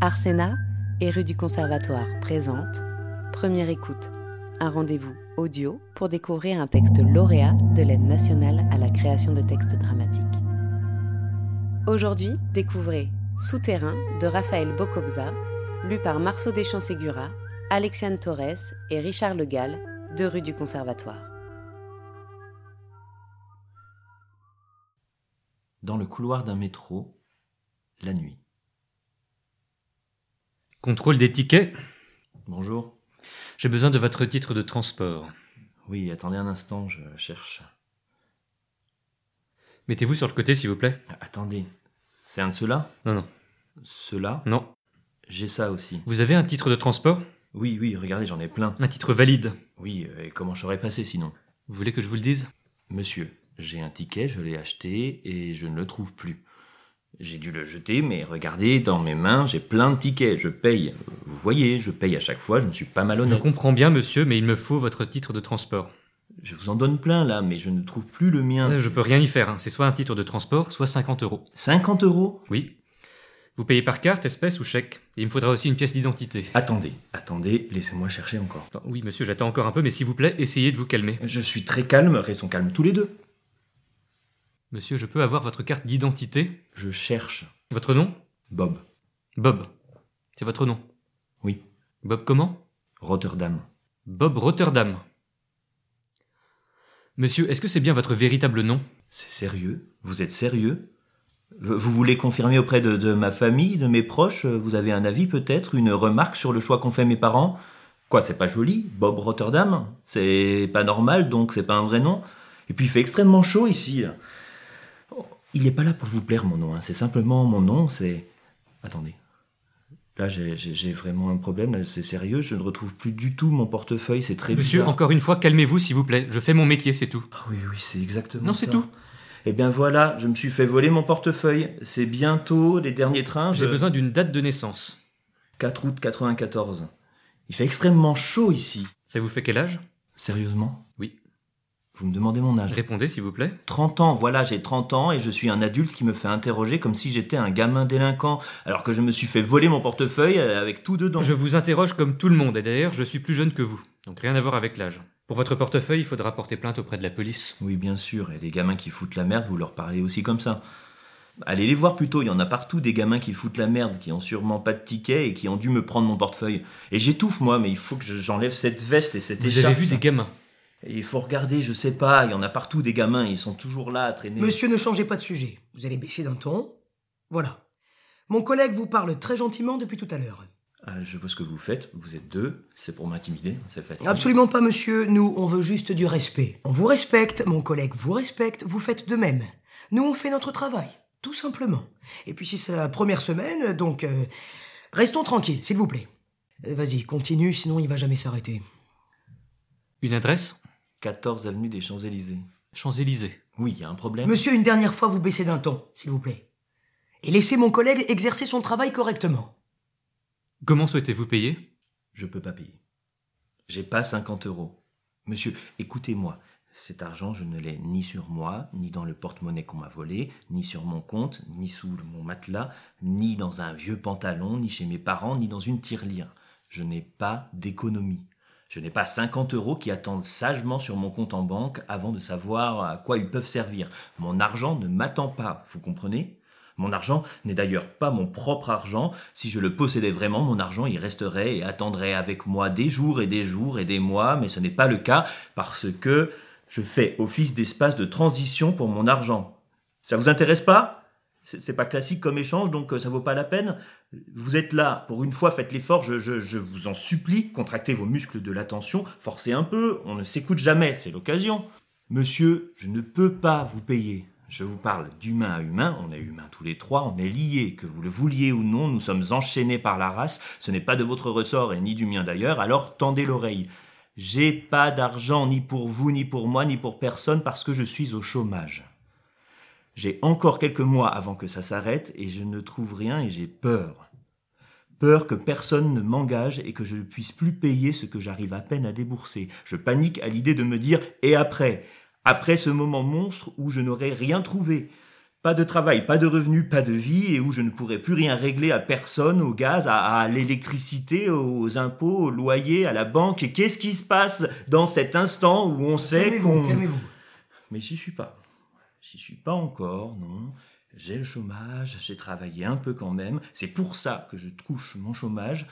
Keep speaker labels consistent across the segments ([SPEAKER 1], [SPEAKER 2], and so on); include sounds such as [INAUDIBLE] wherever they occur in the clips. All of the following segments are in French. [SPEAKER 1] Arsena et rue du Conservatoire présente Première écoute, un rendez-vous audio pour découvrir un texte lauréat de l'aide nationale à la création de textes dramatiques. Aujourd'hui, découvrez Souterrain de Raphaël Bocobza, lu par Marceau Deschamps-Ségura, Alexiane Torres et Richard Legal de rue du Conservatoire.
[SPEAKER 2] Dans le couloir d'un métro, la nuit.
[SPEAKER 3] Contrôle des tickets
[SPEAKER 2] Bonjour.
[SPEAKER 3] J'ai besoin de votre titre de transport.
[SPEAKER 2] Oui, attendez un instant, je cherche.
[SPEAKER 3] Mettez-vous sur le côté, s'il vous plaît.
[SPEAKER 2] Ah, Attendez, c'est un de ceux-là
[SPEAKER 3] Non, non.
[SPEAKER 2] Ceux-là
[SPEAKER 3] Non.
[SPEAKER 2] J'ai ça aussi.
[SPEAKER 3] Vous avez un titre de transport
[SPEAKER 2] Oui, oui, regardez, j'en ai plein.
[SPEAKER 3] Un titre valide.
[SPEAKER 2] Oui, euh, et comment j'aurais passé sinon
[SPEAKER 3] Vous voulez que je vous le dise
[SPEAKER 2] Monsieur, j'ai un ticket, je l'ai acheté et je ne le trouve plus. J'ai dû le jeter, mais regardez, dans mes mains, j'ai plein de tickets, je paye. Vous voyez, je paye à chaque fois, je ne suis pas
[SPEAKER 3] Je
[SPEAKER 2] malhonnête.
[SPEAKER 3] comprends bien, monsieur, mais il me faut votre titre de transport.
[SPEAKER 2] Je vous en donne plein là, mais je ne trouve plus le mien.
[SPEAKER 3] Là, Euh, Je peux rien y faire. hein. C'est soit un titre de transport, soit 50 euros.
[SPEAKER 2] 50 euros
[SPEAKER 3] Oui. Vous payez par carte, espèce ou chèque. Et il me faudra aussi une pièce d'identité.
[SPEAKER 2] Attendez, attendez, laissez-moi chercher encore.
[SPEAKER 3] Attends, oui, monsieur, j'attends encore un peu, mais s'il vous plaît, essayez de vous calmer.
[SPEAKER 2] Je suis très calme, restons calmes tous les deux.
[SPEAKER 3] Monsieur, je peux avoir votre carte d'identité
[SPEAKER 2] Je cherche
[SPEAKER 3] Votre nom
[SPEAKER 2] Bob,
[SPEAKER 3] Bob. C'est votre nom
[SPEAKER 2] Oui.
[SPEAKER 3] Bob comment
[SPEAKER 2] Rotterdam.
[SPEAKER 3] Bob Rotterdam. Monsieur, est-ce que c'est bien votre véritable nom
[SPEAKER 2] C'est sérieux Vous êtes sérieux V- Vous voulez confirmer auprès de, de ma famille, de mes proches euh, Vous avez un avis peut-être Une remarque sur le choix qu'ont fait mes parents Quoi, c'est pas joli Bob Rotterdam C'est pas normal, donc c'est pas un vrai nom Et puis il fait extrêmement chaud ici. Oh, Il n'est pas là pour vous plaire, mon nom. hein. C'est simplement mon nom, c'est... Attendez. Là, j'ai- j'ai j'ai vraiment un problème, là, c'est sérieux, je ne retrouve plus du tout mon portefeuille, c'est très
[SPEAKER 3] Monsieur,
[SPEAKER 2] bizarre.
[SPEAKER 3] encore une fois, calmez-vous s'il vous plaît. Je fais mon métier, c'est tout.
[SPEAKER 2] Ah oui, oui, c'est exactement
[SPEAKER 3] Non,
[SPEAKER 2] ça.
[SPEAKER 3] c'est tout.
[SPEAKER 2] Eh bien voilà, je me suis fait voler mon portefeuille. C'est bientôt les derniers trains.
[SPEAKER 3] J'ai
[SPEAKER 2] je-
[SPEAKER 3] besoin d'une date de naissance.
[SPEAKER 2] 4 août 94. Il fait extrêmement chaud ici.
[SPEAKER 3] Ça vous fait quel âge
[SPEAKER 2] Sérieusement
[SPEAKER 3] Oui.
[SPEAKER 2] Vous me demandez mon âge.
[SPEAKER 3] Répondez, s'il vous plaît.
[SPEAKER 2] 30 ans, voilà, j'ai 30 ans et je suis un adulte qui me fait interroger comme si j'étais un gamin délinquant, alors que je me suis fait voler mon portefeuille euh, avec tout dedans.
[SPEAKER 3] Je vous interroge comme tout le monde, et d'ailleurs, je suis plus jeune que vous. Donc rien à voir avec l'âge. Pour votre portefeuille, il faudra porter plainte auprès de la police.
[SPEAKER 2] Oui, bien sûr, et les gamins qui foutent la merde, vous leur parlez aussi comme ça. Allez les voir plutôt, il y en a partout des gamins qui foutent la merde, qui ont sûrement pas de ticket et qui ont dû me prendre mon portefeuille. Et j'étouffe moi, mais il faut que je- j'enlève cette veste et cette
[SPEAKER 3] Vous avez
[SPEAKER 2] écharpe.
[SPEAKER 3] vu des gamins.
[SPEAKER 2] Et il faut regarder, je sais pas, il y en a partout des gamins, ils sont toujours là à traîner.
[SPEAKER 4] Monsieur, ne changez pas de sujet. Vous allez baisser d'un ton. Voilà. Mon collègue vous parle très gentiment depuis tout à l'heure.
[SPEAKER 2] Ah, je vois ce que vous faites, vous êtes deux, c'est pour m'intimider, c'est fait.
[SPEAKER 4] Absolument pas, monsieur. Nous, on veut juste du respect. On vous respecte, mon collègue vous respecte, vous faites de même. Nous, on fait notre travail, tout simplement. Et puis, c'est sa première semaine, donc euh, restons tranquilles, s'il vous plaît. Euh, Vas-y, continue, sinon il va jamais s'arrêter.
[SPEAKER 3] Une adresse
[SPEAKER 2] 14 avenue des Champs-Élysées.
[SPEAKER 3] Champs-Élysées.
[SPEAKER 2] Oui, il y a un problème.
[SPEAKER 4] Monsieur, une dernière fois, vous baissez d'un ton, s'il vous plaît. Et laissez mon collègue exercer son travail correctement.
[SPEAKER 3] Comment souhaitez-vous payer
[SPEAKER 2] Je peux pas payer. J'ai pas 50 euros. Monsieur, écoutez-moi. Cet argent, je ne l'ai ni sur moi, ni dans le porte-monnaie qu'on m'a volé, ni sur mon compte, ni sous le- mon matelas, ni dans un vieux pantalon, ni chez mes parents, ni dans une tirelire. Je n'ai pas d'économie. Je n'ai pas 50 euros qui attendent sagement sur mon compte en banque avant de savoir à quoi ils peuvent servir. Mon argent ne m'attend pas, vous comprenez mon argent n'est d'ailleurs pas mon propre argent. Si je le possédais vraiment, mon argent y resterait et attendrait avec moi des jours et des jours et des mois, mais ce n'est pas le cas parce que je fais office d'espace de transition pour mon argent. Ça vous intéresse pas C'est c'est pas classique comme échange, donc euh, ça vaut pas la peine. Vous êtes là, pour une fois, faites l'effort, je, je- je vous en supplie, contractez vos muscles de l'attention, forcez un peu, on ne s'écoute jamais, c'est l'occasion. Monsieur, je ne peux pas vous payer. Je vous parle d'humain à humain, on est humains tous les trois, on est liés, que vous le vouliez ou non, nous sommes enchaînés par la race, ce n'est pas de votre ressort et ni du mien d'ailleurs, alors tendez l'oreille. J'ai pas d'argent ni pour vous, ni pour moi, ni pour personne parce que je suis au chômage. J'ai encore quelques mois avant que ça s'arrête et je ne trouve rien et j'ai peur. Peur que personne ne m'engage et que je ne puisse plus payer ce que j'arrive à peine à débourser. Je panique à l'idée de me dire et après après ce moment monstre où je n'aurais rien trouvé. Pas de travail, pas de revenus, pas de vie, et où je ne pourrai plus rien régler à personne, au gaz, à, à l'électricité, aux impôts, au loyer, à la banque. Et Qu'est-ce qui se passe dans cet instant où on sait
[SPEAKER 4] Calmez-vous,
[SPEAKER 2] qu'on...
[SPEAKER 4] calmez-vous.
[SPEAKER 2] Mais j'y suis pas. J'y suis pas encore, non. J'ai le chômage, j'ai travaillé un peu quand même. C'est pour ça que je touche mon chômage.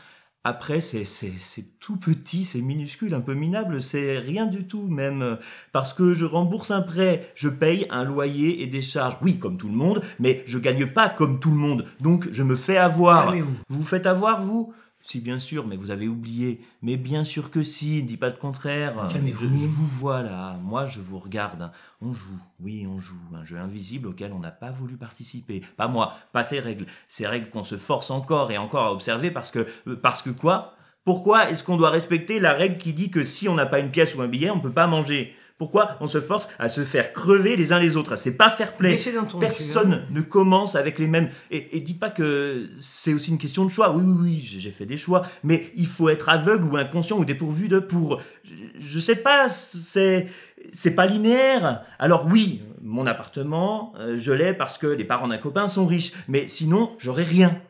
[SPEAKER 2] Après, c'est- c'est c'est tout petit, c'est minuscule, un peu minable, c'est rien du tout même. Parce que je rembourse un prêt, je paye un loyer et des charges. Oui, comme tout le monde, mais je gagne pas comme tout le monde. Donc, je me fais avoir.
[SPEAKER 4] Calmez-vous.
[SPEAKER 2] Vous vous faites avoir, vous Si, bien sûr, mais vous avez oublié. Mais bien sûr que si, ne dis pas le contraire. Euh,
[SPEAKER 4] Calmez-vous.
[SPEAKER 2] Je, je vous vois là, moi je vous regarde. On joue, oui, on joue. Un jeu invisible auquel on n'a pas voulu participer. Pas moi, pas ces règles. Ces règles qu'on se force encore et encore à observer parce que. euh, Parce que quoi Pourquoi est-ce qu'on doit respecter la règle qui dit que si on n'a pas une pièce ou un billet, on ne peut pas manger Pourquoi on se force à se faire crever les uns les autres C'est pas fair play.
[SPEAKER 4] Laissez d'entendre.
[SPEAKER 2] Personne ne commence avec les mêmes. Et, et dites pas que c'est aussi une question de choix. Oui, oui, oui, j'ai j'ai fait des choix. Mais il faut être aveugle ou inconscient ou dépourvu de pour. Je, je sais pas, c'est, c'est pas linéaire. Alors oui, mon appartement, euh, je l'ai parce que les parents d'un copain sont riches. Mais sinon, j'aurais rien.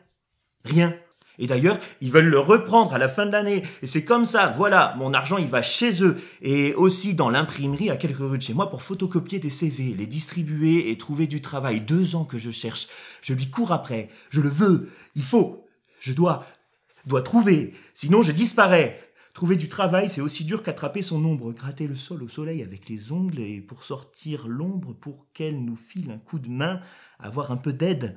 [SPEAKER 2] Rien. Et d'ailleurs, ils veulent le reprendre à la fin de l'année. Et c'est comme ça, voilà, mon argent, il va chez eux. Et aussi dans l'imprimerie à quelques rues de chez moi pour photocopier des CV, les distribuer et trouver du travail. Deux ans que je cherche. Je lui cours après. Je le veux. Il faut. Je dois. Dois trouver. Sinon, je disparais. Trouver du travail, c'est aussi dur qu'attraper son ombre, gratter le sol au soleil avec les ongles et pour sortir l'ombre pour qu'elle nous file un coup de main, avoir un peu d'aide.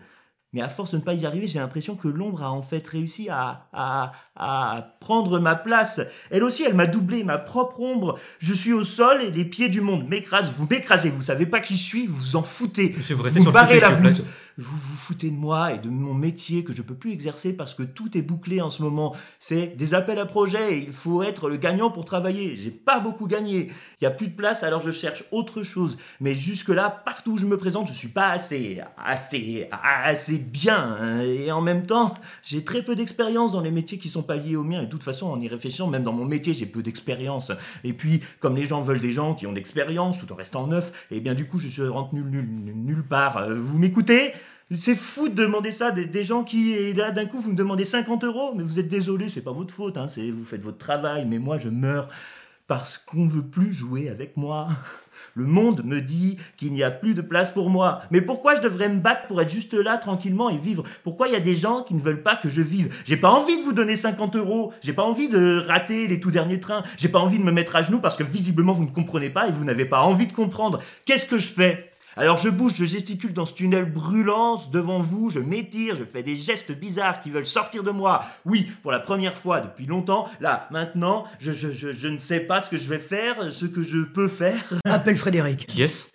[SPEAKER 2] Mais à force de ne pas y arriver, j'ai l'impression que l'ombre a en fait réussi à, à, à prendre ma place. Elle aussi, elle m'a doublé, ma propre ombre. Je suis au sol et les pieds du monde m'écrasent. Vous m'écrasez, vous savez pas qui je suis, vous vous en foutez.
[SPEAKER 3] Monsieur, vous restez
[SPEAKER 2] Vous
[SPEAKER 3] sur le
[SPEAKER 2] barrez
[SPEAKER 3] côté,
[SPEAKER 2] la
[SPEAKER 3] s'il vous plaît.
[SPEAKER 2] route. Vous vous foutez de moi et de mon métier que je peux plus exercer parce que tout est bouclé en ce moment. C'est des appels à projets et il faut être le gagnant pour travailler. J'ai pas beaucoup gagné. Il y a plus de place alors je cherche autre chose. Mais jusque là, partout où je me présente, je suis pas assez, assez, assez bien. hein. Et en même temps, j'ai très peu d'expérience dans les métiers qui sont pas liés aux miens. Et de toute façon, en y réfléchissant, même dans mon métier, j'ai peu d'expérience. Et puis, comme les gens veulent des gens qui ont d'expérience tout en restant neuf, et bien du coup, je suis rentre nul, nul, nul- nulle part. Euh, Vous m'écoutez c'est fou de demander ça des, des gens qui, et là, d'un coup, vous me demandez 50 euros, mais vous êtes désolé, c'est pas votre faute, hein, c'est, vous faites votre travail, mais moi, je meurs parce qu'on veut plus jouer avec moi. [LAUGHS] Le monde me dit qu'il n'y a plus de place pour moi. Mais pourquoi je devrais me battre pour être juste là, tranquillement, et vivre Pourquoi il y a des gens qui ne veulent pas que je vive J'ai pas envie de vous donner 50 euros. J'ai pas envie de rater les tout derniers trains. J'ai pas envie de me mettre à genoux parce que visiblement vous ne comprenez pas et vous n'avez pas envie de comprendre. Qu'est-ce que je fais alors je bouge, je gesticule dans ce tunnel brûlant devant vous, je m'étire, je fais des gestes bizarres qui veulent sortir de moi. Oui, pour la première fois depuis longtemps, là, maintenant, je, je, je, je ne sais pas ce que je vais faire, ce que je peux faire.
[SPEAKER 4] Appelle Frédéric.
[SPEAKER 3] Qui est-ce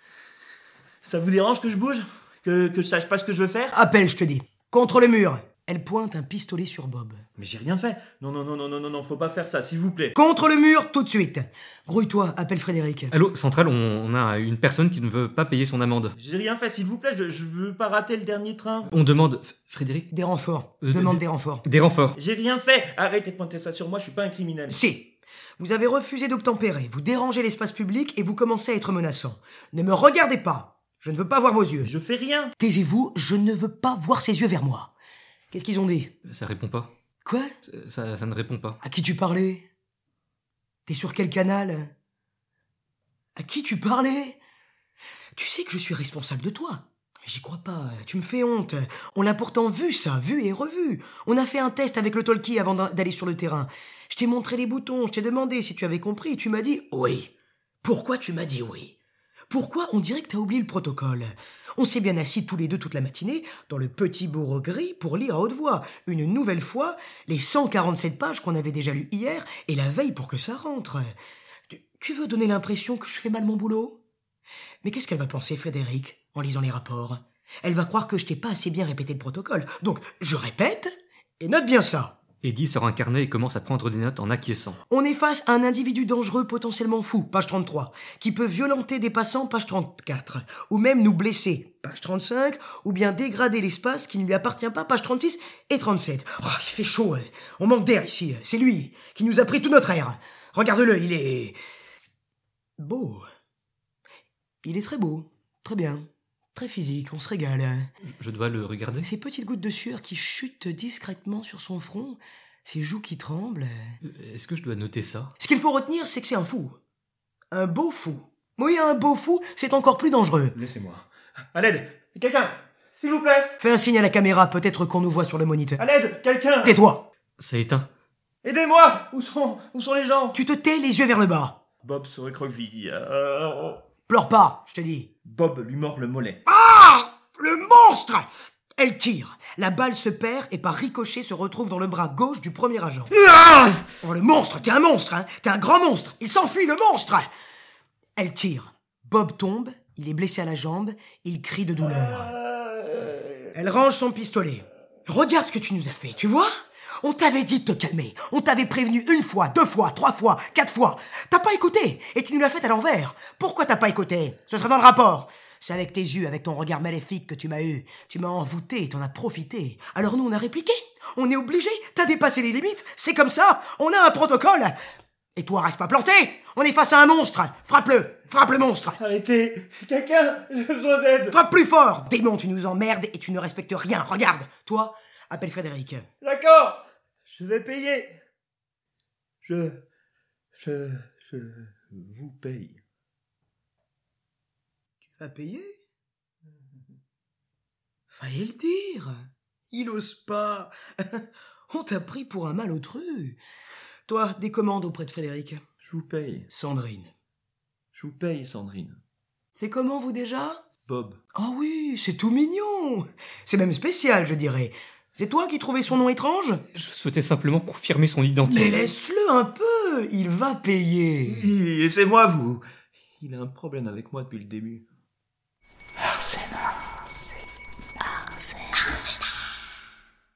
[SPEAKER 2] Ça vous dérange que je bouge que, que je sache pas ce que je veux faire
[SPEAKER 4] Appelle, je te dis. Contre le mur. Elle pointe un pistolet sur Bob.
[SPEAKER 2] Mais j'ai rien fait. Non, non, non, non, non, non, non, faut pas faire ça, s'il vous plaît.
[SPEAKER 4] Contre le mur, tout de suite. Grouille-toi, appelle Frédéric.
[SPEAKER 3] Allô, Centrale, on, on a une personne qui ne veut pas payer son amende.
[SPEAKER 2] J'ai rien fait, s'il vous plaît, je, je veux pas rater le dernier train.
[SPEAKER 3] On demande... F- Frédéric
[SPEAKER 4] Des renforts.
[SPEAKER 3] Euh,
[SPEAKER 4] Demande
[SPEAKER 3] de-
[SPEAKER 4] des renforts.
[SPEAKER 3] Des renforts.
[SPEAKER 2] J'ai rien fait. Arrêtez de pointer ça sur moi, je suis pas un criminel.
[SPEAKER 4] Si. Vous avez refusé d'obtempérer, vous dérangez l'espace public et vous commencez à être menaçant. Ne me regardez pas. Je ne veux pas voir vos yeux.
[SPEAKER 2] Je fais rien.
[SPEAKER 4] Taisez-vous, je ne veux pas voir ses yeux vers moi. Qu'est-ce qu'ils ont dit
[SPEAKER 3] Ça répond pas.
[SPEAKER 4] Quoi
[SPEAKER 3] Ça- ça- ça ne répond pas.
[SPEAKER 4] À qui tu parlais T'es sur quel canal À qui tu parlais Tu sais que je suis responsable de toi. Mais J'y crois pas, tu me fais honte. On l'a pourtant vu ça, vu et revu. On a fait un test avec le talkie avant d'a- d'aller sur le terrain. Je t'ai montré les boutons, je t'ai demandé si tu avais compris et tu m'as dit oui. Pourquoi tu m'as dit oui Pourquoi on dirait que t'as oublié le protocole On s'est bien assis tous les deux toute la matinée dans le petit bourreau gris pour lire à haute voix, une nouvelle fois, les 147 pages qu'on avait déjà lues hier et la veille pour que ça rentre. Tu, tu veux donner l'impression que je fais mal mon boulot Mais qu'est-ce qu'elle va penser, Frédéric, en lisant les rapports Elle va croire que je t'ai pas assez bien répété le protocole. Donc, je répète et note bien ça.
[SPEAKER 3] Eddie sort un carnet et commence à prendre des notes en acquiesçant.
[SPEAKER 4] On est face à un individu dangereux potentiellement fou, page 33, qui peut violenter des passants, page 34, ou même nous blesser, page 35, ou bien dégrader l'espace qui ne lui appartient pas, page 36 et 37. Oh, il fait chaud, hein. on manque d'air ici, hein. c'est lui qui nous a pris tout notre air. Regarde-le, il est... beau. Il est très beau, très bien, Très physique, on se régale. hein.
[SPEAKER 3] Je dois le regarder
[SPEAKER 4] Ces petites gouttes de sueur qui chutent discrètement sur son front, ses joues qui tremblent.
[SPEAKER 3] Est-ce que je dois noter ça
[SPEAKER 4] Ce qu'il faut retenir, c'est que c'est un fou. Un beau fou. Oui, un beau fou, c'est encore plus dangereux.
[SPEAKER 2] Laissez-moi. À l'aide Quelqu'un S'il vous plaît
[SPEAKER 4] Fais un signe à la caméra, peut-être qu'on nous voit sur le moniteur.
[SPEAKER 2] À l'aide Quelqu'un
[SPEAKER 4] Tais-toi
[SPEAKER 3] C'est éteint.
[SPEAKER 2] Aidez-moi Où sont, où sont les gens
[SPEAKER 4] Tu te tais les yeux vers le bas.
[SPEAKER 2] Bob se recroqueville. Euh, oh.
[SPEAKER 4] Pleure pas, je te dis.
[SPEAKER 2] Bob lui mord le mollet.
[SPEAKER 4] Ah Le monstre Elle tire. La balle se perd et par ricochet se retrouve dans le bras gauche du premier agent.
[SPEAKER 2] Ah
[SPEAKER 4] Oh, le monstre, t'es un monstre, hein T'es un grand monstre Il s'enfuit, le monstre Elle tire. Bob tombe, il est blessé à la jambe, il crie de douleur.
[SPEAKER 2] Euh,
[SPEAKER 4] Elle range son pistolet. Regarde ce que tu nous as fait, tu vois On t'avait dit de te calmer. On t'avait prévenu une fois, deux fois, trois fois, quatre fois. T'as pas écouté et tu nous l'as fait à l'envers. Pourquoi t'as pas écouté Ce sera dans le rapport. C'est avec tes yeux, avec ton regard maléfique que tu m'as eu. Tu m'as envoûté, t'en as profité. Alors nous, on a répliqué. On est obligé. T'as dépassé les limites. C'est comme ça. On a un protocole. Et toi, reste pas planté. On est face à un monstre. Frappe-le. Frappe le monstre.
[SPEAKER 2] Arrêtez Quelqu'un J'ai besoin d'aide
[SPEAKER 4] Frappe plus fort Démon, tu nous emmerdes et tu ne respectes rien. Regarde, toi, appelle Frédéric.
[SPEAKER 2] D'accord Je vais payer Je. Je. Je. Vous paye.
[SPEAKER 4] Tu vas payer Fallait le dire. Il ose pas. [LAUGHS] On t'a pris pour un malotru. Toi, des commandes auprès de Frédéric.
[SPEAKER 2] Je vous paye.
[SPEAKER 4] Sandrine.
[SPEAKER 2] Je vous paye, Sandrine.
[SPEAKER 4] C'est comment, vous déjà
[SPEAKER 2] Bob.
[SPEAKER 4] Ah oui, c'est tout mignon. C'est même spécial, je dirais. C'est toi qui trouvais son nom étrange
[SPEAKER 3] Je souhaitais simplement confirmer son identité.
[SPEAKER 4] Mais laisse-le un peu. Il va payer.
[SPEAKER 2] Hi, Laissez-moi, vous Il a un problème avec moi depuis le début.